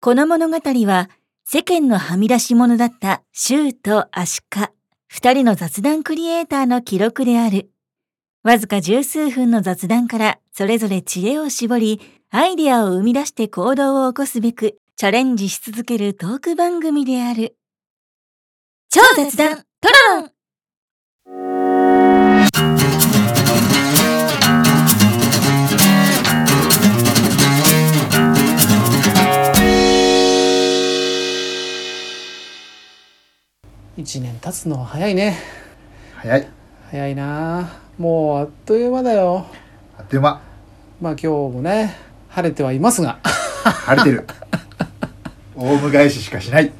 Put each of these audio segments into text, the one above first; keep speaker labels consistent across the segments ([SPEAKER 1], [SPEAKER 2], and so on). [SPEAKER 1] この物語は世間のはみ出し者だったシューとアシカ、二人の雑談クリエイターの記録である。わずか十数分の雑談からそれぞれ知恵を絞り、アイデアを生み出して行動を起こすべくチャレンジし続けるトーク番組である。超雑談トロロン
[SPEAKER 2] 1年経つのは早いね
[SPEAKER 3] 早い
[SPEAKER 2] 早いなあもうあっという間だよ
[SPEAKER 3] あっという間
[SPEAKER 2] まあ今日もね晴れてはいますが
[SPEAKER 3] 晴れてるオウム返ししかしない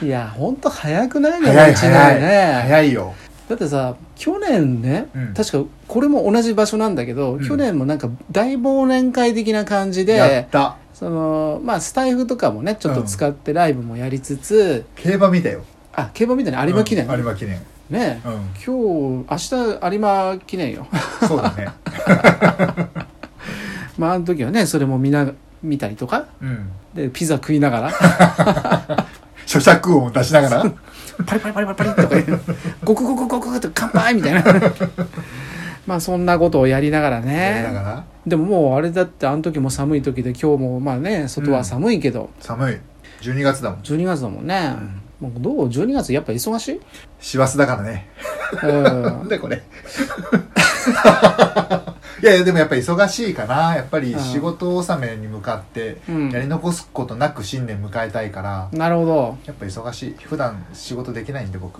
[SPEAKER 2] いやほんと早くないね
[SPEAKER 3] 早い
[SPEAKER 2] 一年
[SPEAKER 3] 早い、
[SPEAKER 2] ね
[SPEAKER 3] 早いよ
[SPEAKER 2] だってさ去年ね、
[SPEAKER 3] うん
[SPEAKER 2] 確かこれも同じ場所なんだけど、
[SPEAKER 3] うん
[SPEAKER 2] 去年もなんか大忘年会的な感じ
[SPEAKER 3] やっ
[SPEAKER 2] で
[SPEAKER 3] た
[SPEAKER 2] そのまあスタイフとかもねちょっと使ってライブもやりつつ、
[SPEAKER 3] 競馬見たよ
[SPEAKER 2] あ競馬みたいな有馬記念、
[SPEAKER 3] うん有馬記念
[SPEAKER 2] ね、
[SPEAKER 3] うん
[SPEAKER 2] 今日明日有馬記念よ
[SPEAKER 3] そうだね
[SPEAKER 2] まああの時はねそれも見な見たりとか
[SPEAKER 3] うん
[SPEAKER 2] でピザ食いながら
[SPEAKER 3] 咀嚼音を出しながら
[SPEAKER 2] パリパリパリパリパリとか言うゴクゴクゴクゴクと乾杯みたいな まあそんなことをやりながら
[SPEAKER 3] やりなが
[SPEAKER 2] ね
[SPEAKER 3] ら
[SPEAKER 2] でももうあれだってあの時も寒い時で今日もまあね外は寒いけど、
[SPEAKER 3] 寒い12月だもん
[SPEAKER 2] 12月だもんね、もうどう12月やっぱ忙しい、
[SPEAKER 3] 師走だからね
[SPEAKER 2] うん
[SPEAKER 3] なんだ これいやいやでもやっぱり忙しいかなやっぱり仕事納めに向かって
[SPEAKER 2] うん
[SPEAKER 3] やり残すことなく新年迎えたいから、
[SPEAKER 2] なるほど
[SPEAKER 3] やっぱ忙しい普段仕事できないんで僕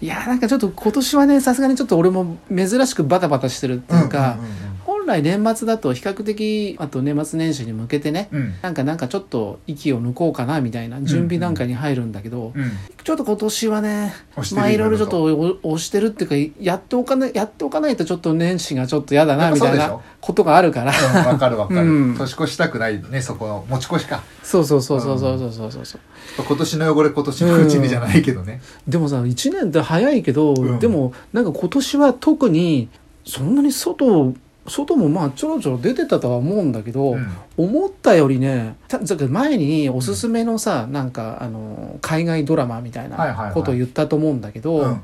[SPEAKER 2] いやなんかちょっと今年はねさすがにちょっと俺も珍しくバタバタしてるっていうか、
[SPEAKER 3] うんうんうん
[SPEAKER 2] 本来年末だと比較的あと年末年始に向けてね、
[SPEAKER 3] うん
[SPEAKER 2] なんかなんかちょっと息を抜こうかなみたいな準備段階に入るんだけど、
[SPEAKER 3] うんうん
[SPEAKER 2] ちょっと今年はね
[SPEAKER 3] 押してる
[SPEAKER 2] まあいろいろちょっとお押してるっていうかやっておかないやっておかないとちょっと年始がちょっと嫌だな
[SPEAKER 3] やっぱ
[SPEAKER 2] み
[SPEAKER 3] そう
[SPEAKER 2] た
[SPEAKER 3] で
[SPEAKER 2] い
[SPEAKER 3] しょ
[SPEAKER 2] なことがあるから、
[SPEAKER 3] うんわかるわかる、
[SPEAKER 2] うん
[SPEAKER 3] 年越したくないねそこの持ち越しか
[SPEAKER 2] そうそうそうそうそうそうそうそうそう
[SPEAKER 3] 今年の汚れ今年のうちにじゃないけどね、
[SPEAKER 2] でもさ1年って早いけど、
[SPEAKER 3] うん
[SPEAKER 2] でもなんか今年は特にそんなに外外もまあちょろちょろ出てたとは思うんだけど、
[SPEAKER 3] うん
[SPEAKER 2] 思ったよりねただから前におすすめのさ、なんかあの海外ドラマみたい
[SPEAKER 3] はいはいは
[SPEAKER 2] ないことを言ったと思うんだけど、
[SPEAKER 3] うんうん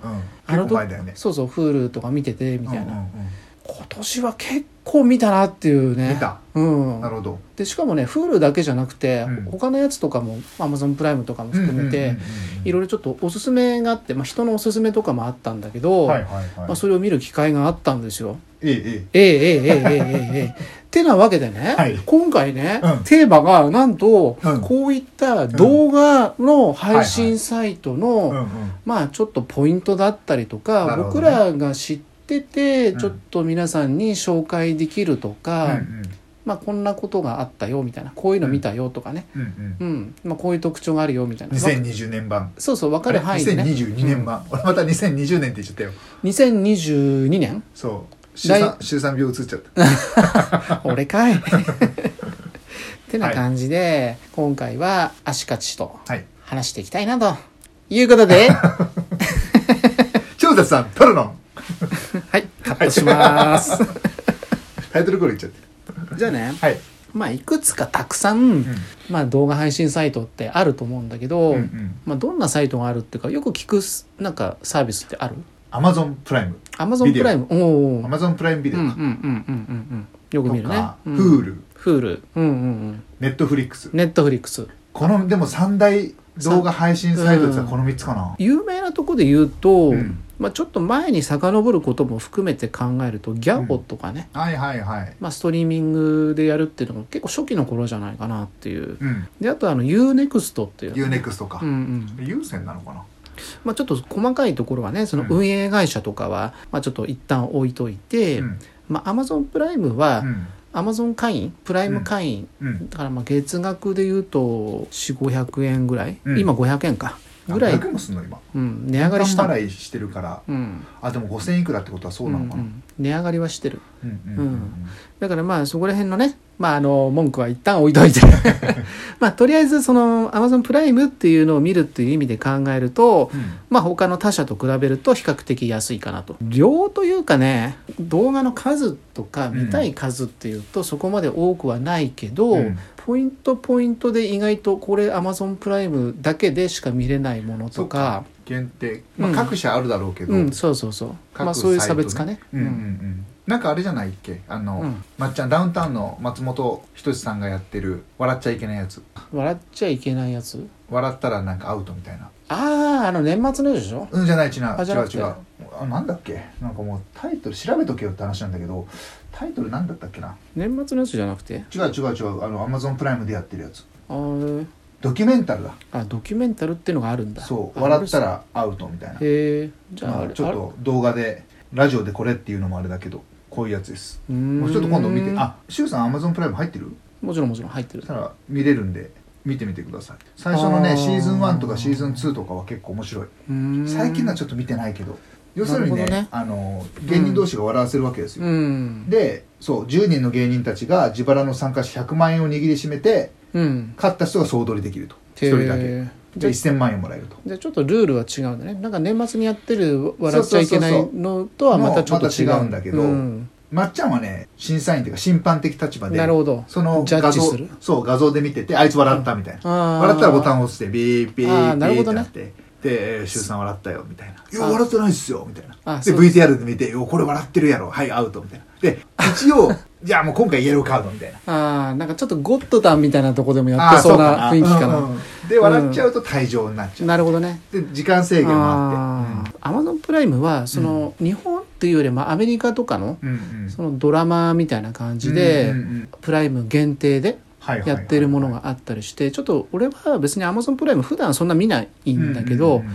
[SPEAKER 2] あのと
[SPEAKER 3] 結構前だよね
[SPEAKER 2] そうそう Hulu とか見ててみたいな、
[SPEAKER 3] うんうん
[SPEAKER 2] 今年は結構見たなっていう
[SPEAKER 3] うん
[SPEAKER 2] ね
[SPEAKER 3] 見た
[SPEAKER 2] うん
[SPEAKER 3] なるほど
[SPEAKER 2] でしかもね Hulu だけじゃなくて、
[SPEAKER 3] うん
[SPEAKER 2] 他のやつとかも Amazon プライムとかも含めて、
[SPEAKER 3] うんうんうんうん
[SPEAKER 2] いろいろちょっとおすすめがあって、まあ、人のおすすめとかもあったんだけど、
[SPEAKER 3] はいはいはい、
[SPEAKER 2] まあ、それを見る機会があったんですよ。
[SPEAKER 3] え
[SPEAKER 2] えええええ
[SPEAKER 3] ええ
[SPEAKER 2] えええええ。ってなわけでね、
[SPEAKER 3] はい
[SPEAKER 2] 今回ね、
[SPEAKER 3] うん
[SPEAKER 2] テーマがなんと、
[SPEAKER 3] うん
[SPEAKER 2] こういった動画の配
[SPEAKER 3] うんはい
[SPEAKER 2] 信サイトの、
[SPEAKER 3] えうんうん
[SPEAKER 2] まあちょっとポイントだったりと
[SPEAKER 3] な
[SPEAKER 2] か、
[SPEAKER 3] るほ
[SPEAKER 2] 僕
[SPEAKER 3] どね
[SPEAKER 2] らが知ってて、
[SPEAKER 3] うん
[SPEAKER 2] ちょっと皆さんに紹介できるとか、まあこんなことがあったよみたいな、こういうの見たよとかね、
[SPEAKER 3] うんうんうん
[SPEAKER 2] うん、まあこういう特徴があるよみたい
[SPEAKER 3] うん
[SPEAKER 2] な。
[SPEAKER 3] 2020年版
[SPEAKER 2] そうそう、分か
[SPEAKER 3] あ
[SPEAKER 2] る
[SPEAKER 3] れ
[SPEAKER 2] 範囲でね。
[SPEAKER 3] 2022年版、俺また2020年って言っちゃったよ
[SPEAKER 2] 2022年
[SPEAKER 3] そう週3
[SPEAKER 2] 来
[SPEAKER 3] 週3秒映っちゃった
[SPEAKER 2] 俺かい。ってな感じで、今回はアシカチと
[SPEAKER 3] はい
[SPEAKER 2] 話していきたいなということ で、は
[SPEAKER 3] 長田さんトロロン
[SPEAKER 2] い、カットします。
[SPEAKER 3] タイトルコール言っちゃって
[SPEAKER 2] じゃあね、
[SPEAKER 3] はい
[SPEAKER 2] まあいくつかたくさん、まあ動画配信サイトってあると思うんだけど、
[SPEAKER 3] うんうん
[SPEAKER 2] まあどんなサイトがあるっていうか、よく聞くすなんかサービスってある
[SPEAKER 3] アマゾンプライム
[SPEAKER 2] アマゾン
[SPEAKER 3] ビ
[SPEAKER 2] プ
[SPEAKER 3] デオ
[SPEAKER 2] ライム。おお
[SPEAKER 3] ア
[SPEAKER 2] ー。
[SPEAKER 3] マゾンプライムビデ
[SPEAKER 2] う
[SPEAKER 3] オ
[SPEAKER 2] んうんうん
[SPEAKER 3] か、
[SPEAKER 2] うんうんうん。よく見る
[SPEAKER 3] と
[SPEAKER 2] ね
[SPEAKER 3] か、。
[SPEAKER 2] う
[SPEAKER 3] Hulu
[SPEAKER 2] ん、フール。うんうんうん。
[SPEAKER 3] ネットフリックス
[SPEAKER 2] ネットフリックス。
[SPEAKER 3] このでも三大動画配信サイトってこの3つかな、
[SPEAKER 2] 有名なとこで言うと、
[SPEAKER 3] うん
[SPEAKER 2] まあ、ちょっと前に遡ることも含めて考えるとギャオとかね、
[SPEAKER 3] はいはいはい
[SPEAKER 2] まあ、ストリーミングでやるっていうのも結構初期の頃じゃないかなっていう
[SPEAKER 3] うん
[SPEAKER 2] であとあの UNEXT っていう
[SPEAKER 3] UNEXT か、
[SPEAKER 2] うんうん
[SPEAKER 3] 優先なのかな
[SPEAKER 2] まあ、ちょっと細かいところはねその運営会社とかは、まあ、ちょっと一旦置いといて、
[SPEAKER 3] うん
[SPEAKER 2] まあ、Amazon プライムは、
[SPEAKER 3] うん
[SPEAKER 2] Amazon 会員プライム会員、
[SPEAKER 3] うん
[SPEAKER 2] だからまあ月額で言うと4500円ぐらい、
[SPEAKER 3] うん
[SPEAKER 2] 今500円かぐらい、
[SPEAKER 3] 100もすんの今
[SPEAKER 2] うん、値上がりしたの
[SPEAKER 3] 年間払いしてるから
[SPEAKER 2] うん
[SPEAKER 3] あでも5000いくらってことはそうなのかな、
[SPEAKER 2] んん値上がりはしてる
[SPEAKER 3] うんうん
[SPEAKER 2] うんだからまあそこら辺のね、まああの文句は一旦置いとい て。まあとりあえずその Amazon プライムっていうのを見るっていう意味で考えると、
[SPEAKER 3] うん
[SPEAKER 2] まあ他の他社と比べると比較的安いかなと。量というかね、動画の数とか見たい数っていうとそこまで多くはないけど、
[SPEAKER 3] うん
[SPEAKER 2] ポイントポイントで意外とこれ Amazon プライムだけでしか見れないもの
[SPEAKER 3] そ
[SPEAKER 2] と
[SPEAKER 3] うか
[SPEAKER 2] か、
[SPEAKER 3] 限定、まあ、
[SPEAKER 2] うん
[SPEAKER 3] 各社あるだろうけど、
[SPEAKER 2] うん、そうそうそう。
[SPEAKER 3] 各
[SPEAKER 2] まあそういう
[SPEAKER 3] サ
[SPEAKER 2] 差
[SPEAKER 3] イトね
[SPEAKER 2] 別化ね。
[SPEAKER 3] うんうんうんなんかあれじゃないっけあの、
[SPEAKER 2] うん
[SPEAKER 3] まっちゃんダウンタウンの松本人志さんがやってる「笑っちゃいけないやつ
[SPEAKER 2] 笑っちゃいけないやつ。
[SPEAKER 3] 笑ったらなんかアウト」みたいな
[SPEAKER 2] ああ、あの年末のでしょ
[SPEAKER 3] うんじゃない違う違う
[SPEAKER 2] あじゃなくて
[SPEAKER 3] 違うあなんだっけなんかもうタイトル調べとけよって話なんだけどタイトルなんだったっけな
[SPEAKER 2] 年末のやつじゃなくて
[SPEAKER 3] 違う違う違うあのアマゾンプライムでやってるやつ
[SPEAKER 2] あれ
[SPEAKER 3] ドキュメンタルだ
[SPEAKER 2] あドキュメンタルっていうのがあるんだ
[SPEAKER 3] そう
[SPEAKER 2] あ
[SPEAKER 3] 笑った
[SPEAKER 2] 俺
[SPEAKER 3] らアウトみたいな
[SPEAKER 2] そへえじゃあ,あ
[SPEAKER 3] ま
[SPEAKER 2] れ、
[SPEAKER 3] あちょっと動画でラジオでこれっていうのもあれだけどこういうやつです
[SPEAKER 2] あれうーん
[SPEAKER 3] もうちょっと今度見てあシュウさんアマゾンプライム入ってる
[SPEAKER 2] もちろんもちろん入ってる
[SPEAKER 3] そしたら見れるんで見てみてください最初の
[SPEAKER 2] あ
[SPEAKER 3] ね
[SPEAKER 2] ー
[SPEAKER 3] シーズン1とかシーズン2とかは結構面白い最近のはち
[SPEAKER 2] ょっ
[SPEAKER 3] ょっと見てないけど要するに
[SPEAKER 2] なる
[SPEAKER 3] ね
[SPEAKER 2] ほどね
[SPEAKER 3] あの芸人同士が笑わせるわけですよ、
[SPEAKER 2] うん
[SPEAKER 3] でそう10人の芸人たちが自腹の参加費100万円を握りしめて
[SPEAKER 2] うん
[SPEAKER 3] 勝った人が総取りできると1人
[SPEAKER 2] へ
[SPEAKER 3] だけ
[SPEAKER 2] ー
[SPEAKER 3] じゃあ
[SPEAKER 2] じゃ
[SPEAKER 3] 1000万円もらえると
[SPEAKER 2] じゃあちょっとルールは違うんだねなんか年末にやってる笑っちゃいけな
[SPEAKER 3] そうそ
[SPEAKER 2] いう
[SPEAKER 3] そう
[SPEAKER 2] のとはまたちょっと違う,、
[SPEAKER 3] もうまた違うんだけど
[SPEAKER 2] うん
[SPEAKER 3] まっちゃんはね審査員というか審判的立場で
[SPEAKER 2] なるほど
[SPEAKER 3] その
[SPEAKER 2] ジャッ
[SPEAKER 3] 画
[SPEAKER 2] ジ
[SPEAKER 3] 像
[SPEAKER 2] する
[SPEAKER 3] そう画像で見ててあいつ笑ったみたいな、
[SPEAKER 2] あー
[SPEAKER 3] 笑ったらボタンを押してビーピ
[SPEAKER 2] あ
[SPEAKER 3] ー
[SPEAKER 2] ー
[SPEAKER 3] ピ
[SPEAKER 2] なる
[SPEAKER 3] ー
[SPEAKER 2] ほ
[SPEAKER 3] って
[SPEAKER 2] どね
[SPEAKER 3] なってでえー「シュウさん笑ったよ」みたいな「いや
[SPEAKER 2] あ
[SPEAKER 3] 笑ってないっすよ」みたい
[SPEAKER 2] あ
[SPEAKER 3] なで
[SPEAKER 2] そう
[SPEAKER 3] VTR で見て「よこれ笑ってるやろはいアウト」みたいなで一応じゃあもう今回イエローカードみたいな
[SPEAKER 2] ああなんかちょっとゴッドタンみたいなとこでもやっ
[SPEAKER 3] あ
[SPEAKER 2] て
[SPEAKER 3] ー
[SPEAKER 2] そうな雰囲気かな
[SPEAKER 3] うんうんうんで笑っちゃうと退場になっちゃう、
[SPEAKER 2] なるほどね
[SPEAKER 3] で時間制限もあって
[SPEAKER 2] アマゾンプライムはその、日本っていうよりもアメリカとかの
[SPEAKER 3] うんうんうん
[SPEAKER 2] そのドラマみたいな感じで、
[SPEAKER 3] うんうんうん
[SPEAKER 2] プライム限定で
[SPEAKER 3] はいはいはい
[SPEAKER 2] やってるものがあったりして、ちょっと俺は別に Amazon プライム普段そんな見ないんだけど、
[SPEAKER 3] うんうんうん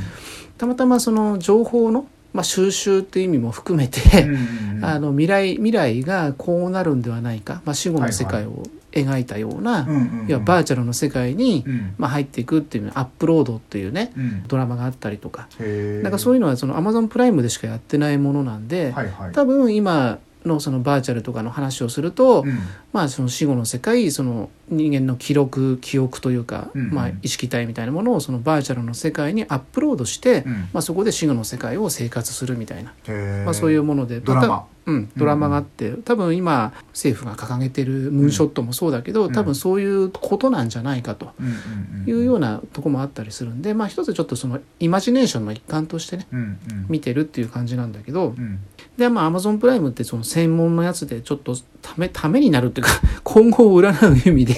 [SPEAKER 2] たまたまその情報の、まあ、収集っていう意味も含め
[SPEAKER 3] うん
[SPEAKER 2] て、
[SPEAKER 3] うんうん
[SPEAKER 2] あの未来未来がこうなるんではないか、まあ、死後の世界を描いたような、
[SPEAKER 3] うんうんうん
[SPEAKER 2] いわばバーチャルの世界に、
[SPEAKER 3] うん
[SPEAKER 2] まあ、入っていくっていうアップロードっていうね
[SPEAKER 3] うん
[SPEAKER 2] ドラマがあったりとか
[SPEAKER 3] へー
[SPEAKER 2] なんかそういうのはその Amazon プライムでしかやってないものなんで、
[SPEAKER 3] はいはい
[SPEAKER 2] 多分今のそのバーチャルとかの話をすると、
[SPEAKER 3] うん
[SPEAKER 2] まあその死後の世界その人間の記録記憶というか、
[SPEAKER 3] うんうん
[SPEAKER 2] まあ意識体みたいなものをそのバーチャルの世界にアップロードして、
[SPEAKER 3] うん
[SPEAKER 2] まあそこで死後の世界を生活するみたいな、
[SPEAKER 3] へー
[SPEAKER 2] まあそういうもので
[SPEAKER 3] ドラマ
[SPEAKER 2] またうん、ドラマがあって、多分今政府が掲げてるムーンショットもそうだけど、
[SPEAKER 3] うん
[SPEAKER 2] 多分そういうことなんじゃないかと。
[SPEAKER 3] うんうんうん
[SPEAKER 2] いうようなとこもあったりするんで、まあ一つちょっとそのイマジネーションの一環としてね、
[SPEAKER 3] うんうん
[SPEAKER 2] 見てるっていう感じなんだけど
[SPEAKER 3] う、ん
[SPEAKER 2] で、まあ Amazon プライムってその専門のやつでちょっとため、ためになるっていうか、 今後を占う意味で、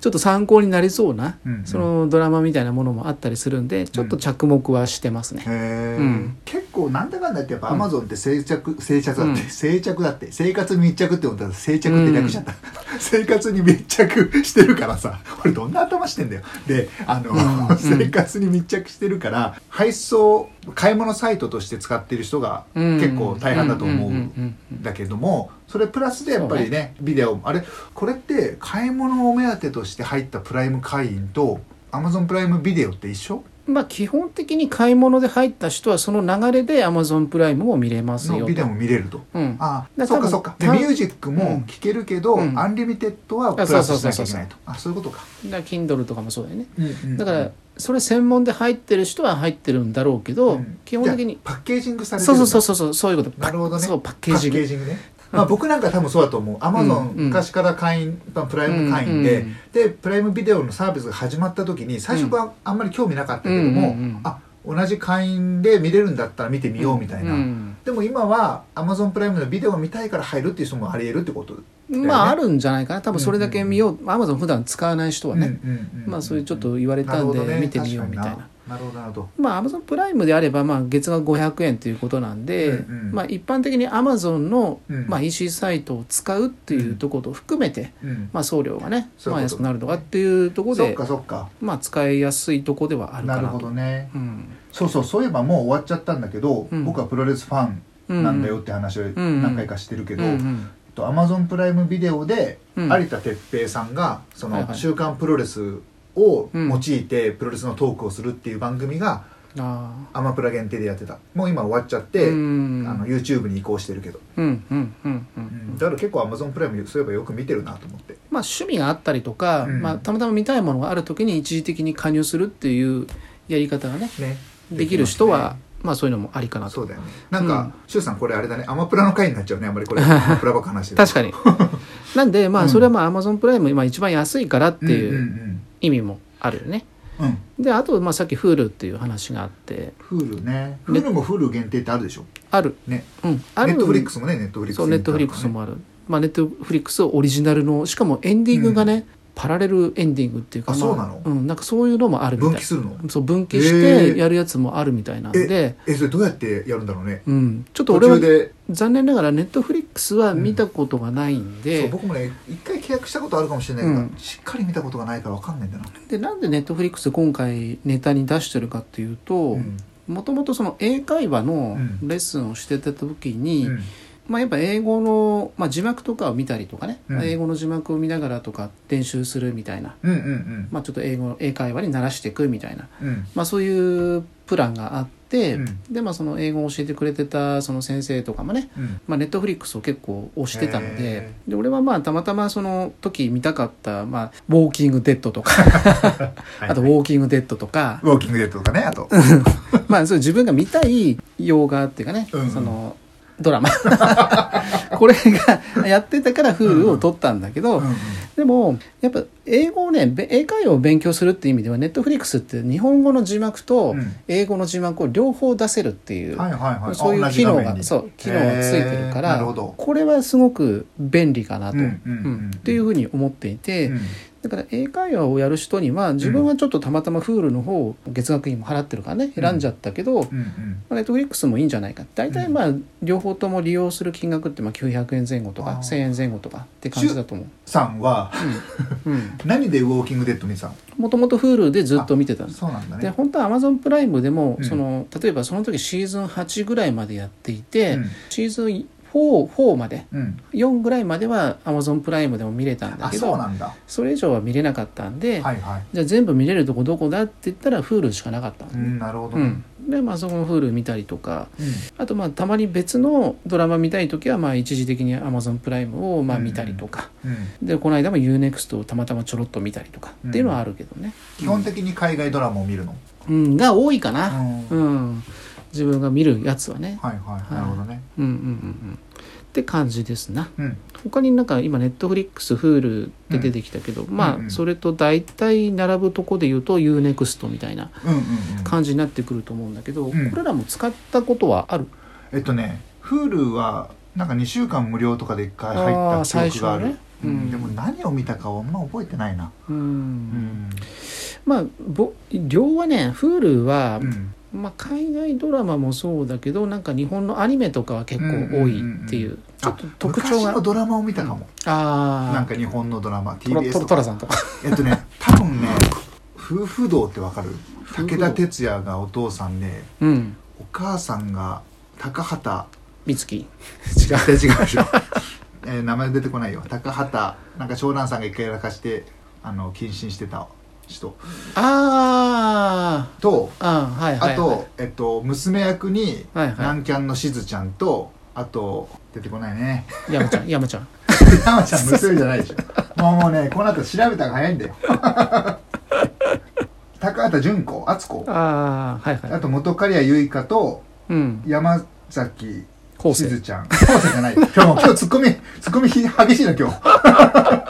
[SPEAKER 2] ちょっと参考になりそうな、
[SPEAKER 3] うんうん
[SPEAKER 2] そのドラマみたいなものもあったりするんで、ちょっと着目はしてますね。
[SPEAKER 3] へー
[SPEAKER 2] うん
[SPEAKER 3] 結構なんだかんだ言ってやっぱアマゾンって生着生着だって、
[SPEAKER 2] うん
[SPEAKER 3] 生着だって生活密着って思ったら生着って略しちゃった、 生活に密着してるからさ俺どんな頭してんだよであの、
[SPEAKER 2] うんうん
[SPEAKER 3] 生活に密着してるから配送買い物サイトとして使ってる人が
[SPEAKER 2] うん
[SPEAKER 3] 結構大半だと思う、
[SPEAKER 2] んんんうん
[SPEAKER 3] だけどもそれプラスでやっぱりねビデオあれこれって買い物を目当てとして入ったプライム会員とアマゾンプライムビデオって一緒
[SPEAKER 2] まあ基本的に買い物で入った人はその流れで Amazon プライムも見れます
[SPEAKER 3] の
[SPEAKER 2] よ
[SPEAKER 3] ビデオ
[SPEAKER 2] と。
[SPEAKER 3] も見れると。
[SPEAKER 2] うん。
[SPEAKER 3] あ
[SPEAKER 2] だ
[SPEAKER 3] そっ
[SPEAKER 2] 多
[SPEAKER 3] か
[SPEAKER 2] 分
[SPEAKER 3] そっかで
[SPEAKER 2] た
[SPEAKER 3] ミュージックも聴けるけど、
[SPEAKER 2] うん
[SPEAKER 3] アンリミテッドはプラスしなきゃいけないとあそういうことか、
[SPEAKER 2] だから Kindle とかもそうだよね。だか
[SPEAKER 3] う
[SPEAKER 2] ら
[SPEAKER 3] ん、
[SPEAKER 2] それ専門で入ってる人は入ってるんだろうけど、基本的
[SPEAKER 3] じ
[SPEAKER 2] に
[SPEAKER 3] ゃ。あパッケージングされて
[SPEAKER 2] そ
[SPEAKER 3] る
[SPEAKER 2] うんそ
[SPEAKER 3] だ
[SPEAKER 2] うそうそうそう、そういうこと。
[SPEAKER 3] なるほどね
[SPEAKER 2] そう、パッケ
[SPEAKER 3] パ
[SPEAKER 2] ー
[SPEAKER 3] ッ
[SPEAKER 2] ジ
[SPEAKER 3] ケ
[SPEAKER 2] が
[SPEAKER 3] ージングね、まあ、僕なんか多分そうだと思うアマゾン
[SPEAKER 2] うん
[SPEAKER 3] 昔から会員、まあプライム会員で、
[SPEAKER 2] うんうん
[SPEAKER 3] でプライムビデオのサービスが始まった時に最初はあんまり興味なかったけ
[SPEAKER 2] う
[SPEAKER 3] ども、
[SPEAKER 2] んうんうん
[SPEAKER 3] あ同じ会員で見れるんだったら見てみようみたいな、
[SPEAKER 2] うん
[SPEAKER 3] でも今はアマゾンプライムのビデオを見たいから入るっていう人もあり得るってことだよね
[SPEAKER 2] まああるんじゃないかな多分それだけ見よう Amazon 普段使わない人はね、
[SPEAKER 3] うんうんうん
[SPEAKER 2] まあそういうちょっと言われたんで
[SPEAKER 3] るほどね
[SPEAKER 2] 見てみようみたいな
[SPEAKER 3] 確かになるほどなるほど
[SPEAKER 2] まあ Amazon プライムであればまあ月額500円ということなんで、
[SPEAKER 3] うんうん
[SPEAKER 2] まあ一般的に Amazon の
[SPEAKER 3] うん
[SPEAKER 2] まあ EC サイトを使うっていうところを含めて、
[SPEAKER 3] うん
[SPEAKER 2] まあ送料がね
[SPEAKER 3] そういうこと
[SPEAKER 2] まあ安くなるとかっていうところ
[SPEAKER 3] そっ
[SPEAKER 2] で
[SPEAKER 3] かそっか
[SPEAKER 2] まあ使いやすいところではあるかな
[SPEAKER 3] なる
[SPEAKER 2] と
[SPEAKER 3] ほどね
[SPEAKER 2] うん
[SPEAKER 3] そうそうそういえばもう終わっちゃったんだけど、
[SPEAKER 2] うん
[SPEAKER 3] 僕はプロレスファン
[SPEAKER 2] うん
[SPEAKER 3] なんだよって話を
[SPEAKER 2] ん
[SPEAKER 3] 何回かしてる
[SPEAKER 2] け
[SPEAKER 3] けど、
[SPEAKER 2] うん
[SPEAKER 3] アマゾンプライムビデオで
[SPEAKER 2] うん
[SPEAKER 3] 有田哲平さんがそ
[SPEAKER 2] はい
[SPEAKER 3] の
[SPEAKER 2] はい
[SPEAKER 3] 週刊プロレスを用いてプロレスのトークをするっていう番組が
[SPEAKER 2] あ
[SPEAKER 3] アマプラ限定でやってたもう今終わっちゃっ
[SPEAKER 2] あ
[SPEAKER 3] て、
[SPEAKER 2] うん
[SPEAKER 3] あの YouTube に移行してるけど、
[SPEAKER 2] うんうんうんう
[SPEAKER 3] うんんだから結構 Amazon プライムそういえばよく見てるなと思って
[SPEAKER 2] まあ趣味があったりとか、
[SPEAKER 3] うん
[SPEAKER 2] まあ、たまたま見たいものがある時に一時的に加入するっていうやり方がね
[SPEAKER 3] ね
[SPEAKER 2] できる人
[SPEAKER 3] できます
[SPEAKER 2] は
[SPEAKER 3] ね
[SPEAKER 2] まあそういうのもありかなと
[SPEAKER 3] そうだよねなん
[SPEAKER 2] うん
[SPEAKER 3] か柊、さんこれあれだねアマプラの回になっちゃうねあんまりこれアマプラばっか話して
[SPEAKER 2] 確
[SPEAKER 3] か
[SPEAKER 2] かに なんでま
[SPEAKER 3] う
[SPEAKER 2] あ
[SPEAKER 3] ん
[SPEAKER 2] それはまあ Amazon プライム今一番安いからって
[SPEAKER 3] うんう
[SPEAKER 2] いうん意味もあるよね
[SPEAKER 3] うんうん
[SPEAKER 2] であとまあさっき Hulu っていう話があって
[SPEAKER 3] フールねフールもフール限定ってあるでしょ
[SPEAKER 2] ある
[SPEAKER 3] ね
[SPEAKER 2] うん
[SPEAKER 3] ネ
[SPEAKER 2] ある
[SPEAKER 3] ットフリックスもねネットフリックス
[SPEAKER 2] そうネットフリックスもあるまあネットフリックスオリジナルのしかもエンディングがね、パラレルエンディングっていうか、
[SPEAKER 3] あ
[SPEAKER 2] ま
[SPEAKER 3] そうなの
[SPEAKER 2] うん、なんかそういうのもあるみたい
[SPEAKER 3] 分岐するの
[SPEAKER 2] そう分岐
[SPEAKER 3] へ
[SPEAKER 2] し
[SPEAKER 3] ー
[SPEAKER 2] てやるやつもあるみたいなんで、
[SPEAKER 3] えそれどうやってやるんだろうね
[SPEAKER 2] うん、ちょっと俺
[SPEAKER 3] 途
[SPEAKER 2] は
[SPEAKER 3] 中で
[SPEAKER 2] 残念ながらネットフリックスは見たことがないんで、
[SPEAKER 3] そう僕もね一回契約したことあるかもしれないけど、
[SPEAKER 2] うん
[SPEAKER 3] しっかり見たことがないから分かんないんだな、
[SPEAKER 2] でなんでネットフリックス今回ネタに出してるかっていうと
[SPEAKER 3] うん
[SPEAKER 2] もともとその英会話の
[SPEAKER 3] うん
[SPEAKER 2] レッスンをしてた時に、
[SPEAKER 3] うん
[SPEAKER 2] まあ、やっぱ英語の、まあ、字幕とかを見たりとかね、
[SPEAKER 3] うん
[SPEAKER 2] 英語の字幕を見ながらとか練習するみたいな、
[SPEAKER 3] うんうん
[SPEAKER 2] まあ、ちょっと英語の英会話に慣らしていくみたいな、
[SPEAKER 3] うんうん
[SPEAKER 2] まあ、そういうプランがあって、
[SPEAKER 3] うん
[SPEAKER 2] で、まあ、その英語を教えてくれてたその先生とかもね
[SPEAKER 3] うん
[SPEAKER 2] まあ、ネットフリックスを結構推してたので
[SPEAKER 3] へ
[SPEAKER 2] で俺はまあたまたまその時見たかった、まあ、ウォーキングデッドとかあとウ
[SPEAKER 3] ウォ
[SPEAKER 2] ォーキングデッドとか
[SPEAKER 3] ーキングデッドとかねあと
[SPEAKER 2] まあそう自分が見たい洋画っていうかね、
[SPEAKER 3] うんうん
[SPEAKER 2] そのドラマ これがやってたから Hulu を撮ったんだけど、
[SPEAKER 3] うんうん
[SPEAKER 2] でもやっぱ英語をねべ英会話を勉強するっていう意味ではネットフリックスって日本語の字幕と
[SPEAKER 3] うん
[SPEAKER 2] 英語の字幕を両方出せるっていう、
[SPEAKER 3] はいはいはい
[SPEAKER 2] そういう機能が
[SPEAKER 3] う
[SPEAKER 2] そう機能がついてるか
[SPEAKER 3] へー
[SPEAKER 2] ら
[SPEAKER 3] なるほど
[SPEAKER 2] これはすごく便利かなと、
[SPEAKER 3] うんうんうん
[SPEAKER 2] うんっていうふうに思っていて、
[SPEAKER 3] うん
[SPEAKER 2] だから英会話をやる人には自分はちょっとたまたま Hulu の方を月額にも払ってるからね
[SPEAKER 3] うん
[SPEAKER 2] 選んじゃったけど、
[SPEAKER 3] うんうん
[SPEAKER 2] まあネットフリックスもいいんじゃないか大体まあ両方とも利用する金額ってまあ900円前後とか
[SPEAKER 3] あー
[SPEAKER 2] 1000円前後とかって感じだと思う。
[SPEAKER 3] さんは
[SPEAKER 2] うん
[SPEAKER 3] 何でウォーキングデッド見てたの
[SPEAKER 2] もともと Hulu でずっと見てたんです
[SPEAKER 3] そうなんだ
[SPEAKER 2] で
[SPEAKER 3] ね
[SPEAKER 2] 本当は Amazon プライムでも、
[SPEAKER 3] うん
[SPEAKER 2] その例えばその時シーズン8ぐらいまでやっていて、
[SPEAKER 3] うん
[SPEAKER 2] シーズン 4, 4まで
[SPEAKER 3] うん
[SPEAKER 2] 4ぐらいまでは Amazon プライムでも見れたんだ
[SPEAKER 3] あ
[SPEAKER 2] け
[SPEAKER 3] そう
[SPEAKER 2] ど
[SPEAKER 3] なんだ
[SPEAKER 2] それ以上は見れなかったんで、
[SPEAKER 3] はいはい
[SPEAKER 2] じゃあ全部見れるとこどこだって言ったら Hulu しかなかったん
[SPEAKER 3] う
[SPEAKER 2] で,、
[SPEAKER 3] んなるほど
[SPEAKER 2] う
[SPEAKER 3] ね
[SPEAKER 2] んでまあそこの Hulu 見たりとか
[SPEAKER 3] うん
[SPEAKER 2] あとまあたまに別のドラマ見たい時はまあ一時的に Amazon プライムをまあ見たりとか、
[SPEAKER 3] うん
[SPEAKER 2] でこの間も UNEXT をたまたまちょろっと見たりとかっていうのはあるけどね、
[SPEAKER 3] 基本的に海外ドラマを見るの
[SPEAKER 2] うん、が多いかな、
[SPEAKER 3] うん
[SPEAKER 2] うん、自分が見るやつはね、
[SPEAKER 3] はいはいなるほどね
[SPEAKER 2] うんうんうんうんって感じですな
[SPEAKER 3] うん
[SPEAKER 2] 他になんか今ネットフリックス Hulu で出てきたけど、ま
[SPEAKER 3] うんう
[SPEAKER 2] あ
[SPEAKER 3] ん
[SPEAKER 2] それと大体並ぶとこで言うと UNEXT みたいな
[SPEAKER 3] うんうんうん
[SPEAKER 2] 感じになってくると思うんだけど、
[SPEAKER 3] ん
[SPEAKER 2] これらも使ったことはある、
[SPEAKER 3] えっとね Hulu はなんか2週間無料とかで1回入
[SPEAKER 2] あー
[SPEAKER 3] った記
[SPEAKER 2] 最
[SPEAKER 3] 憶
[SPEAKER 2] 初
[SPEAKER 3] があ
[SPEAKER 2] は
[SPEAKER 3] る
[SPEAKER 2] ね
[SPEAKER 3] う
[SPEAKER 2] うん
[SPEAKER 3] ん、でも何を見たかはあんま覚えてないな
[SPEAKER 2] うん
[SPEAKER 3] うん
[SPEAKER 2] まあぼ量はね Hulu は、
[SPEAKER 3] うん
[SPEAKER 2] まあ、海外ドラマもそうだけどなんか日本のアニメとかは結構多いっていう,、
[SPEAKER 3] うんうんうんうん
[SPEAKER 2] ちょっと特徴
[SPEAKER 3] 昔の
[SPEAKER 2] が
[SPEAKER 3] ドラマを見たかも、
[SPEAKER 2] あ
[SPEAKER 3] なん
[SPEAKER 2] あ
[SPEAKER 3] か日本のドラマ
[SPEAKER 2] トラ
[SPEAKER 3] TBS
[SPEAKER 2] ト
[SPEAKER 3] と
[SPEAKER 2] ラ
[SPEAKER 3] か
[SPEAKER 2] トラさんとか
[SPEAKER 3] えっとね多分ね夫婦道ってわかる
[SPEAKER 2] 婦道
[SPEAKER 3] 武田鉄矢がお父さんで
[SPEAKER 2] うん
[SPEAKER 3] お母さんが高畑
[SPEAKER 2] 美月
[SPEAKER 3] 違う 違うでしょ、えー名前出てこないよ高畑なんか長男さんが一回やらかしてあの謹慎してた人
[SPEAKER 2] あー
[SPEAKER 3] と
[SPEAKER 2] あーはいはい、はい、
[SPEAKER 3] あと、えっと、娘役に、
[SPEAKER 2] はいはい
[SPEAKER 3] 南キャンのしずちゃんとあと出てこないね
[SPEAKER 2] 山ちゃん山ちゃん
[SPEAKER 3] 山ちゃん娘じゃないでしょもうもうねこの後調べた方が早い んだよ高畑純子敦子
[SPEAKER 2] ああはいは
[SPEAKER 3] あ
[SPEAKER 2] い
[SPEAKER 3] と本刈谷結花と
[SPEAKER 2] うん
[SPEAKER 3] 山崎
[SPEAKER 2] 後
[SPEAKER 3] し
[SPEAKER 2] 世
[SPEAKER 3] ずちゃん昴生じゃない今日も今日ツッコミツッコミひ激しいな今日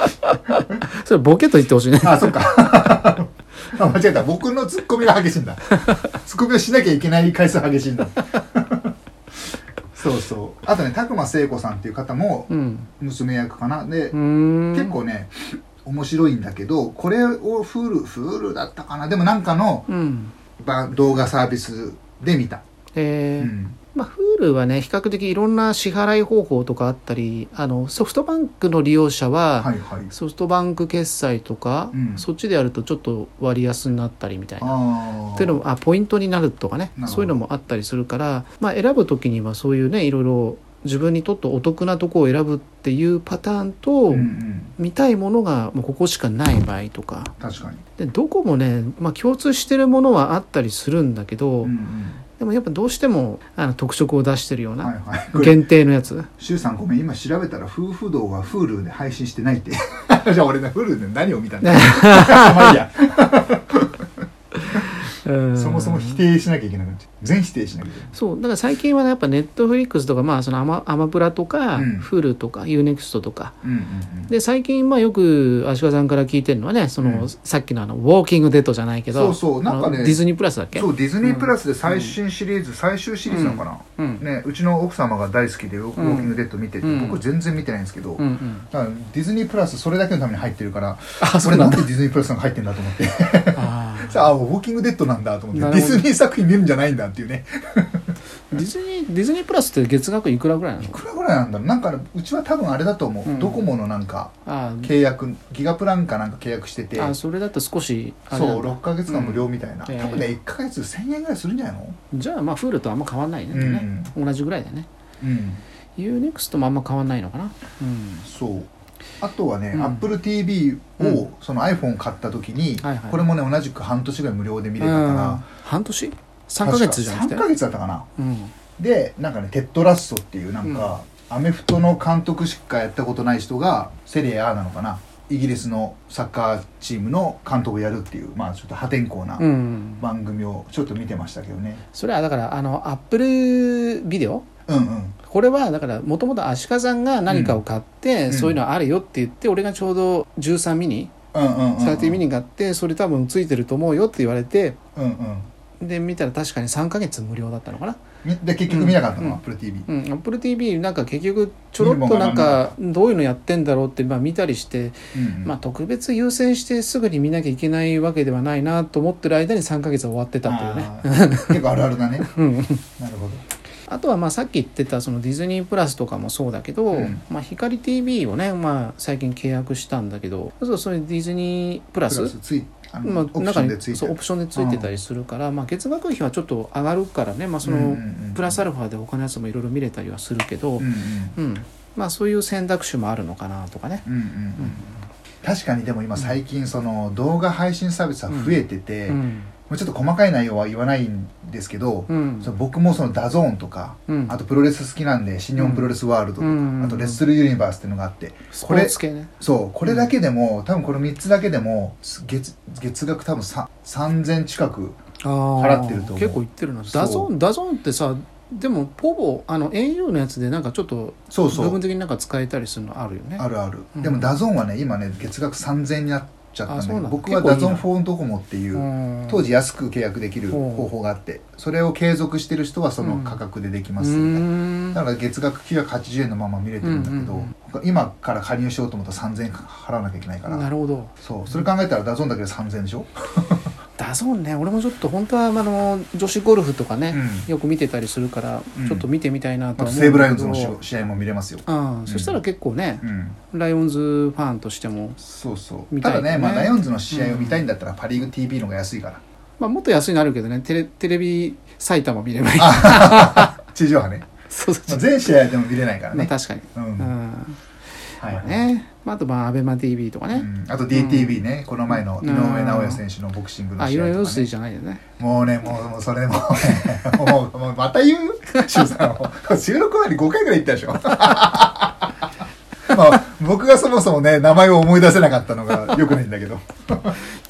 [SPEAKER 2] それボケと言ってほしいね
[SPEAKER 3] あそっかあ間違えた僕のツッコミが激しいんだツッコミをしなきゃいけない回数激しいんだそうそうあとね拓磨聖子さん っていう方も
[SPEAKER 2] うん
[SPEAKER 3] 娘役かなで、
[SPEAKER 2] うーん
[SPEAKER 3] 結構ね面白いんだけどこれをフールフールだったかなでもなんかの
[SPEAKER 2] うん
[SPEAKER 3] ば動画サービスで見た、
[SPEAKER 2] え
[SPEAKER 3] う
[SPEAKER 2] ー
[SPEAKER 3] ん、
[SPEAKER 2] まあ、Hulu はね比較的いろんな支払い方法とかあったりあのソフトバンクの利用者は、
[SPEAKER 3] はいはい
[SPEAKER 2] ソフトバンク決済とか、
[SPEAKER 3] うん
[SPEAKER 2] そっちでやるとちょっと割安になったりみたいな。
[SPEAKER 3] ああ
[SPEAKER 2] っていうのもあポイントになるとかね
[SPEAKER 3] なるほど
[SPEAKER 2] そういうのもあったりするから、まあ、選ぶ時にはそういうねいろいろ自分にとってお得なとこを選ぶっていうパターンと、
[SPEAKER 3] うんうん
[SPEAKER 2] 見たいものがもうここしかない場合とか
[SPEAKER 3] 確かに、
[SPEAKER 2] でどこもね、まあ、共通してるものはあったりするんだけど、
[SPEAKER 3] うん
[SPEAKER 2] でもやっぱどうしてもあの特色を出してるよう
[SPEAKER 3] うん、
[SPEAKER 2] な、
[SPEAKER 3] はいはいこれ
[SPEAKER 2] 限定のやつ
[SPEAKER 3] 周さんごめん今調べたら夫婦道が Hulu で配信してないって じゃあ俺ね Hulu で何を見たんだまあいいやそもそも否定しなきゃいけなくなっちゃう全否定しなきゃいけない
[SPEAKER 2] そうだから最近はねやっぱネットフリックスとか、まあ、そのアマアマプラとか、
[SPEAKER 3] うん
[SPEAKER 2] Hulu とか UNEXT とか
[SPEAKER 3] うんうんうん
[SPEAKER 2] で最近まあよく足利さんから聞いてるのはねその、
[SPEAKER 3] うん
[SPEAKER 2] さっきのあの「ウォーキングデッド」じゃないけど
[SPEAKER 3] そうそうなんかね
[SPEAKER 2] あのディズニープラスだっけ
[SPEAKER 3] そうディズニープラスで最新シリーズ、最終シリーズなのかな、
[SPEAKER 2] うん
[SPEAKER 3] ね、うちの奥様が大好きで「ウォーキングデッド」見てて、
[SPEAKER 2] うん
[SPEAKER 3] 僕全然見てないんですけど、
[SPEAKER 2] うん うん、
[SPEAKER 3] だからディズニープラスそれだけのために入ってるから
[SPEAKER 2] あ
[SPEAKER 3] こ
[SPEAKER 2] そ
[SPEAKER 3] れ
[SPEAKER 2] う
[SPEAKER 3] な
[SPEAKER 2] なん
[SPEAKER 3] んで
[SPEAKER 2] だ
[SPEAKER 3] ディズニープラスさんが入ってんだと思って
[SPEAKER 2] あー
[SPEAKER 3] さああウォーキングデッドなんだと思って
[SPEAKER 2] な
[SPEAKER 3] デ
[SPEAKER 2] るほ
[SPEAKER 3] ィ
[SPEAKER 2] ど
[SPEAKER 3] ズニー作品見るんじゃないんだっていうね
[SPEAKER 2] ディズニーディズニープラスって月額いくらぐらいないの
[SPEAKER 3] くらぐらいなんだろうなんかねうちは多分あれだと思う、
[SPEAKER 2] うん
[SPEAKER 3] ドコモのなんか
[SPEAKER 2] あー
[SPEAKER 3] 契約ギガプランかなんか契約してて
[SPEAKER 2] あーそれだと少しあれ
[SPEAKER 3] そう
[SPEAKER 2] なんだ
[SPEAKER 3] 6ヶ月間無料みたいな、
[SPEAKER 2] うん
[SPEAKER 3] 多分ね1ヶ月1000円ぐらいするんじゃないの
[SPEAKER 2] じゃあまあ Hulu とあんま変わんないね,、同じぐらいだよね
[SPEAKER 3] うん、うん、
[SPEAKER 2] UNEXT もあんま変わんないのかなうん
[SPEAKER 3] そうあとはね、
[SPEAKER 2] うん
[SPEAKER 3] AppleTV を、
[SPEAKER 2] う
[SPEAKER 3] その iPhone 買った時に、
[SPEAKER 2] はいはい
[SPEAKER 3] これもね同じく半年ぐらい無料で見れた
[SPEAKER 2] うん
[SPEAKER 3] か
[SPEAKER 2] 半年
[SPEAKER 3] ら、
[SPEAKER 2] 3ヶ月じゃなくて
[SPEAKER 3] 3ヶ月だったかな
[SPEAKER 2] うん
[SPEAKER 3] でなんかねテッド・ラッソっていうなんか、アメフトの監督しかやったことない人がセリエ A なのかなイギリスのサッカーチームの監督をやるっていうまあちょっと破天荒な
[SPEAKER 2] うん
[SPEAKER 3] 番組をちょっと見てましたけどね、
[SPEAKER 2] それはだからあのアップルビデオ
[SPEAKER 3] うん、うん
[SPEAKER 2] これはだからもともと足利さんが何かを買って、
[SPEAKER 3] うん
[SPEAKER 2] そういうのあるよって言って俺がちょうど13ミニ
[SPEAKER 3] うんうんうんうん
[SPEAKER 2] 13ミニ買ってそれ多分ついてると思うよって言われて
[SPEAKER 3] うんうん
[SPEAKER 2] で見たら確かに3ヶ月無料だったのかな
[SPEAKER 3] みで結局見なかったの、
[SPEAKER 2] うん
[SPEAKER 3] AppleTV
[SPEAKER 2] うん、AppleTV なんか結局ちょろっとなんかどういうのやってんだろうってまあ見たりして、
[SPEAKER 3] うんうん
[SPEAKER 2] まあ、特別優先してすぐに見なきゃいけないわけではないなと思ってる間に3ヶ月は終わってたっていうね
[SPEAKER 3] あー結構あるあるだね
[SPEAKER 2] うん
[SPEAKER 3] なるほど
[SPEAKER 2] あとはまあさっき言ってたそのディズニープラスとかもそうだけど、
[SPEAKER 3] うん
[SPEAKER 2] まあ、光 TV をね、まあ、最近契約したんだけどそうそういうディズニープラ
[SPEAKER 3] プ
[SPEAKER 2] ス
[SPEAKER 3] ラスついあの、
[SPEAKER 2] まあ
[SPEAKER 3] オプシ
[SPEAKER 2] 中
[SPEAKER 3] ョン
[SPEAKER 2] に
[SPEAKER 3] でついて
[SPEAKER 2] そうオプションでついてたりするから、まあ、月額費はちょっと上がるからね、まあ、そ
[SPEAKER 3] うんう
[SPEAKER 2] の
[SPEAKER 3] んうん
[SPEAKER 2] プラスアルファで他のやつもいろいろ見れたりはするけど、
[SPEAKER 3] うんうん
[SPEAKER 2] うんまあ、そういう選択肢もあるのかなとかね。
[SPEAKER 3] うんうんうん確かにでも今最近その動画配信サービスは増えてて、
[SPEAKER 2] う
[SPEAKER 3] も
[SPEAKER 2] ん
[SPEAKER 3] うちょっと細かい内容は言わないんですけど、
[SPEAKER 2] うん
[SPEAKER 3] その僕もそのダゾーンとか、
[SPEAKER 2] うん
[SPEAKER 3] あとプロレス好きなんで新日本プロレスワールドとか、
[SPEAKER 2] うん
[SPEAKER 3] あとレッスルユニバースっていうのがあって
[SPEAKER 2] ス
[SPEAKER 3] こ
[SPEAKER 2] ポ
[SPEAKER 3] れ
[SPEAKER 2] ーツ系ね
[SPEAKER 3] そうこれだけでも、多分この3つだけでも月月額多分さ3000近く払
[SPEAKER 2] 払
[SPEAKER 3] ってると思う
[SPEAKER 2] 結構いってるな
[SPEAKER 3] そう
[SPEAKER 2] ダゾーンダゾーンってさでもポボあの au のやつでなんかちょっと
[SPEAKER 3] そうそ
[SPEAKER 2] 部分
[SPEAKER 3] う
[SPEAKER 2] 的になんか使えたりするのあるよね
[SPEAKER 3] あるある、
[SPEAKER 2] うん
[SPEAKER 3] でもダゾーンはね今ね月額3000になっちゃったんだ
[SPEAKER 2] あそう
[SPEAKER 3] けど
[SPEAKER 2] なんだ
[SPEAKER 3] 僕
[SPEAKER 2] 結
[SPEAKER 3] は
[SPEAKER 2] 構い
[SPEAKER 3] ダ
[SPEAKER 2] いな
[SPEAKER 3] ゾーン4ドコモってい
[SPEAKER 2] う
[SPEAKER 3] う、
[SPEAKER 2] ん
[SPEAKER 3] 当時安く契約できる方法があってそれを継続してる人はその価格でできます
[SPEAKER 2] う
[SPEAKER 3] みたいな、
[SPEAKER 2] ーん
[SPEAKER 3] だから月額980円のまま見れてるんだけど、
[SPEAKER 2] うんうん
[SPEAKER 3] 今から加入しようと思ったら3000円払わなきゃいけないから
[SPEAKER 2] なるほど
[SPEAKER 3] そうそれ考えたらダゾーンだけで3000円でしょ、
[SPEAKER 2] ダゾーンね俺もちょっと本当はあの女子ゴルフとか
[SPEAKER 3] う
[SPEAKER 2] ね、
[SPEAKER 3] ん
[SPEAKER 2] よく見てたりするから、
[SPEAKER 3] うん
[SPEAKER 2] ちょっと見てみたいな
[SPEAKER 3] あ
[SPEAKER 2] とは
[SPEAKER 3] と
[SPEAKER 2] 思う
[SPEAKER 3] 西武ライオンズの
[SPEAKER 2] んだ
[SPEAKER 3] 試
[SPEAKER 2] けど
[SPEAKER 3] 合試合も見れますよ、
[SPEAKER 2] あ
[SPEAKER 3] ん
[SPEAKER 2] あそしたら結構ね
[SPEAKER 3] う、ん、
[SPEAKER 2] ライオンズファンとしても、
[SPEAKER 3] そうそう
[SPEAKER 2] 見
[SPEAKER 3] た
[SPEAKER 2] たい
[SPEAKER 3] だね、
[SPEAKER 2] ね
[SPEAKER 3] まあ、ライオンズの試合を見たいんだったらパ・リーグ TV の方が安いから、
[SPEAKER 2] まあ、もっと安いのあるけどねテレテレビ埼玉見ればいい
[SPEAKER 3] 地上波ね、
[SPEAKER 2] そうそう
[SPEAKER 3] ま
[SPEAKER 2] そ
[SPEAKER 3] あ、
[SPEAKER 2] う
[SPEAKER 3] 全試合でも見れないから
[SPEAKER 2] まあ
[SPEAKER 3] ね、
[SPEAKER 2] 確かに、
[SPEAKER 3] う
[SPEAKER 2] うんん
[SPEAKER 3] は
[SPEAKER 2] まあ
[SPEAKER 3] い
[SPEAKER 2] ねまあ、あとまあアベマ t v とか
[SPEAKER 3] う
[SPEAKER 2] ね、
[SPEAKER 3] ん、あと DTV ね、この前の井上尚弥選手のボクシングの
[SPEAKER 2] あ
[SPEAKER 3] 試
[SPEAKER 2] い
[SPEAKER 3] 合
[SPEAKER 2] ろいろ
[SPEAKER 3] とか、ね
[SPEAKER 2] 水、じゃないよね
[SPEAKER 3] もうね もうもうそれもうねもうもうまた言う柊さんを収録前に5回ぐらい言ったでしょ まあ僕がそもそもね名前を思い出せなかったのがよくないんだけど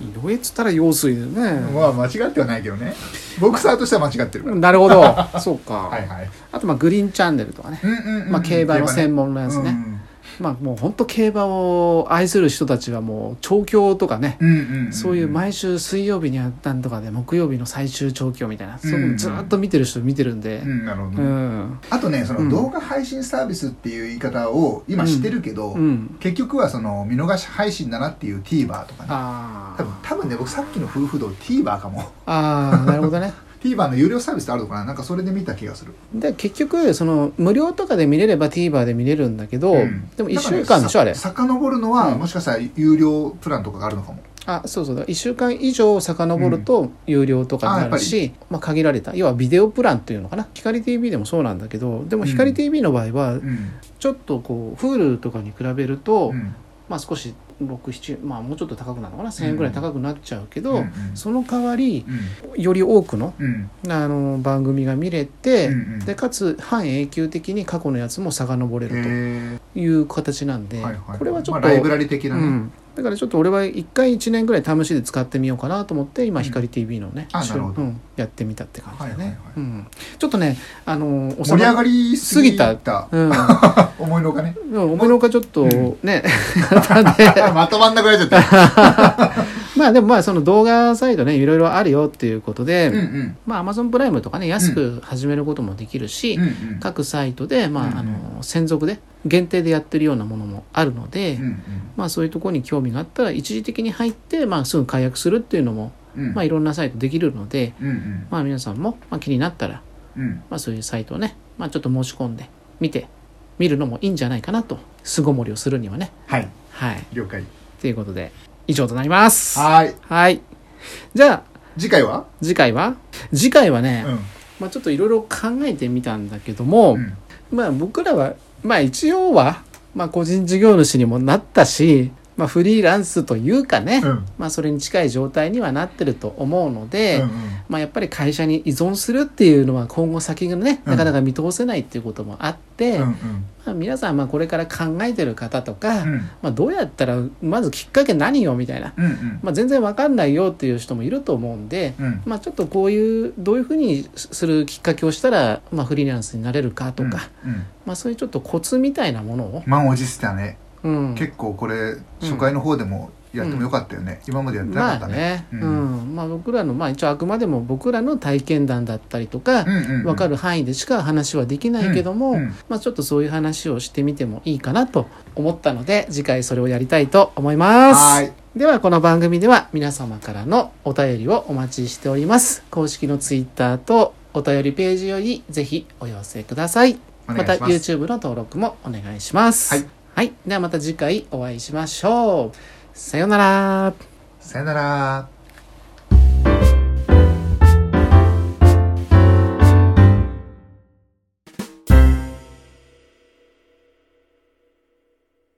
[SPEAKER 2] 井上っつったら用水だよね、
[SPEAKER 3] まあ間違ってはないけどねボクサーとしては間違ってるから
[SPEAKER 2] なるほど そうか、
[SPEAKER 3] はいはい
[SPEAKER 2] あとまあグリーンチャンネルとかね、
[SPEAKER 3] うんうんうん
[SPEAKER 2] まあ、競馬の専門の
[SPEAKER 3] 競
[SPEAKER 2] やつ
[SPEAKER 3] 馬
[SPEAKER 2] ね、
[SPEAKER 3] ね
[SPEAKER 2] まあもう本当競馬を愛する人たちはもう調教とかね、
[SPEAKER 3] うんうんうんん
[SPEAKER 2] そういう毎週水曜日にはなんとかで木曜日の最終調教みたいな、そういううんのずっと見てる人見てるんで
[SPEAKER 3] う、んなるほ
[SPEAKER 2] う
[SPEAKER 3] ど、
[SPEAKER 2] ん、
[SPEAKER 3] あとねそうの
[SPEAKER 2] ん
[SPEAKER 3] 動画配信サービスっていう言い方を今してるけど、
[SPEAKER 2] うん、
[SPEAKER 3] 結局はその見逃し配信だなっていう TVer とかね
[SPEAKER 2] あ
[SPEAKER 3] 多分多分ね僕さっきの夫婦道 TVer かも
[SPEAKER 2] あ、ああ、なるほどね。
[SPEAKER 3] TVer の有料サービスってあるのかななんかそれで見た気がする
[SPEAKER 2] で結局その無料とかで見れれば TVer で見れるんだけど、
[SPEAKER 3] うん
[SPEAKER 2] でも
[SPEAKER 3] な
[SPEAKER 2] 1
[SPEAKER 3] んか
[SPEAKER 2] 週間
[SPEAKER 3] ね
[SPEAKER 2] でしょ、
[SPEAKER 3] さ
[SPEAKER 2] あれ
[SPEAKER 3] 遡るのは、
[SPEAKER 2] うん
[SPEAKER 3] もしかしたら有料プランとかがあるのかも
[SPEAKER 2] あそうそうだ1週間以上遡ると有料とかになるし、まあ、限られた要はビデオプランというのかな光 TV でもそうなんだけどでも光 TV の場合は
[SPEAKER 3] うん
[SPEAKER 2] ちょっとこう Hulu とかに比べると、
[SPEAKER 3] うん
[SPEAKER 2] まあ、少し67まあもうちょっと高くなるのかな1,000円ぐらい高くなっちゃうけど、
[SPEAKER 3] うんうん
[SPEAKER 2] その代わり
[SPEAKER 3] うん
[SPEAKER 2] より多くの
[SPEAKER 3] うん
[SPEAKER 2] あの番組が見れて、
[SPEAKER 3] うんうん
[SPEAKER 2] でかつ半永久的に過去のやつも遡れ
[SPEAKER 3] へ
[SPEAKER 2] る
[SPEAKER 3] ー
[SPEAKER 2] という形なんで、
[SPEAKER 3] はいはい
[SPEAKER 2] これはちょっと、
[SPEAKER 3] まあライブラリ的な
[SPEAKER 2] う
[SPEAKER 3] ね
[SPEAKER 2] ん、だからちょっと俺は1回1年ぐらい試しで使ってみようかなと思って今光 TV のね、
[SPEAKER 3] あなるほど
[SPEAKER 2] うんやってみたって感じだね、
[SPEAKER 3] はいはいはい
[SPEAKER 2] うん、ちょっとねあのお
[SPEAKER 3] 盛り上がりすぎ
[SPEAKER 2] 過
[SPEAKER 3] た
[SPEAKER 2] ぎうん、
[SPEAKER 3] 思いのほ かね
[SPEAKER 2] で も思いのほかちょっと
[SPEAKER 3] うん
[SPEAKER 2] ね、 やったんで
[SPEAKER 3] まとまんなくなっちゃ った
[SPEAKER 2] まあでもまあその動画サイトねいろいろあるよっていうことで、
[SPEAKER 3] うんうん
[SPEAKER 2] まあ Amazon プライムとかね安く始めることもできるし、
[SPEAKER 3] うんうん
[SPEAKER 2] 各サイトで、まあ、あ
[SPEAKER 3] うんうん
[SPEAKER 2] の専属で限定でやってるようなものもあるので、
[SPEAKER 3] うん
[SPEAKER 2] まあ、そういうところに興味があったら一時的に入って、まあ、すぐ解約するっていうのも、
[SPEAKER 3] うん
[SPEAKER 2] まあ、いろんなサイトできるので、
[SPEAKER 3] うんうん
[SPEAKER 2] まあ、皆さんも、まあ、気になったら、
[SPEAKER 3] うん
[SPEAKER 2] まあ、そういうサイトをね、まあ、ちょっと申し込んで見て見るのもいいんじゃないかなと巣ごもりをするにはね。
[SPEAKER 3] はい
[SPEAKER 2] はい、
[SPEAKER 3] 了解
[SPEAKER 2] ということで以上となります。
[SPEAKER 3] はーい
[SPEAKER 2] はいじゃあ
[SPEAKER 3] 次回は
[SPEAKER 2] 次回は次回はね、
[SPEAKER 3] うん
[SPEAKER 2] まあ、ちょっといろいろ考えてみたんだけども、
[SPEAKER 3] うん
[SPEAKER 2] まあ僕らは、まあ一応は、まあ個人事業主にもなったし、まあフリーランスというかね、
[SPEAKER 3] うん
[SPEAKER 2] まあそれに近い状態にはなってると思うので、
[SPEAKER 3] うん
[SPEAKER 2] まあやっぱり会社に依存するっていうのは今後先がね、
[SPEAKER 3] うん
[SPEAKER 2] なかなか見通せないっていうこともあって、
[SPEAKER 3] うんうん
[SPEAKER 2] まあ皆さんまあこれから考えてる方とか、
[SPEAKER 3] うん
[SPEAKER 2] まあどうやったら、まずきっかけ何よみたいな、
[SPEAKER 3] うんうん
[SPEAKER 2] まあ全然わかんないよっていう人もいると思うんで、
[SPEAKER 3] うん
[SPEAKER 2] まあ、ちょっとこういうどういうふうにするきっかけをしたら、まあ、フリーランスになれるかとか、
[SPEAKER 3] うん
[SPEAKER 2] まあ、そういうちょっとコツみたいなものを、
[SPEAKER 3] 満を持してたね
[SPEAKER 2] うん、
[SPEAKER 3] 結構これ初回の方でもやってもよかったよね今までやってなかっ
[SPEAKER 2] ま
[SPEAKER 3] た
[SPEAKER 2] あ
[SPEAKER 3] ね
[SPEAKER 2] ね、うんまあ、僕らの、まあ、一応あくまでも僕らの体験談だったりとか、
[SPEAKER 3] うんうんうん
[SPEAKER 2] 分かる範囲でしか話はできないけども、
[SPEAKER 3] うんうん
[SPEAKER 2] まあ、ちょっとそういう話をしてみてもいいかなと思ったので次回それをやりたいと思います。
[SPEAKER 3] はーい
[SPEAKER 2] ではこの番組では皆様からのお便りをお待ちしております公式のツイッターとお便りページよりぜひお寄せください
[SPEAKER 3] お
[SPEAKER 2] ま
[SPEAKER 3] 願いしま
[SPEAKER 2] た
[SPEAKER 3] す
[SPEAKER 2] YouTube の登録もお願いします
[SPEAKER 3] はい、
[SPEAKER 2] はい、ではまた次回お会いしましょうさようなら
[SPEAKER 3] さよなら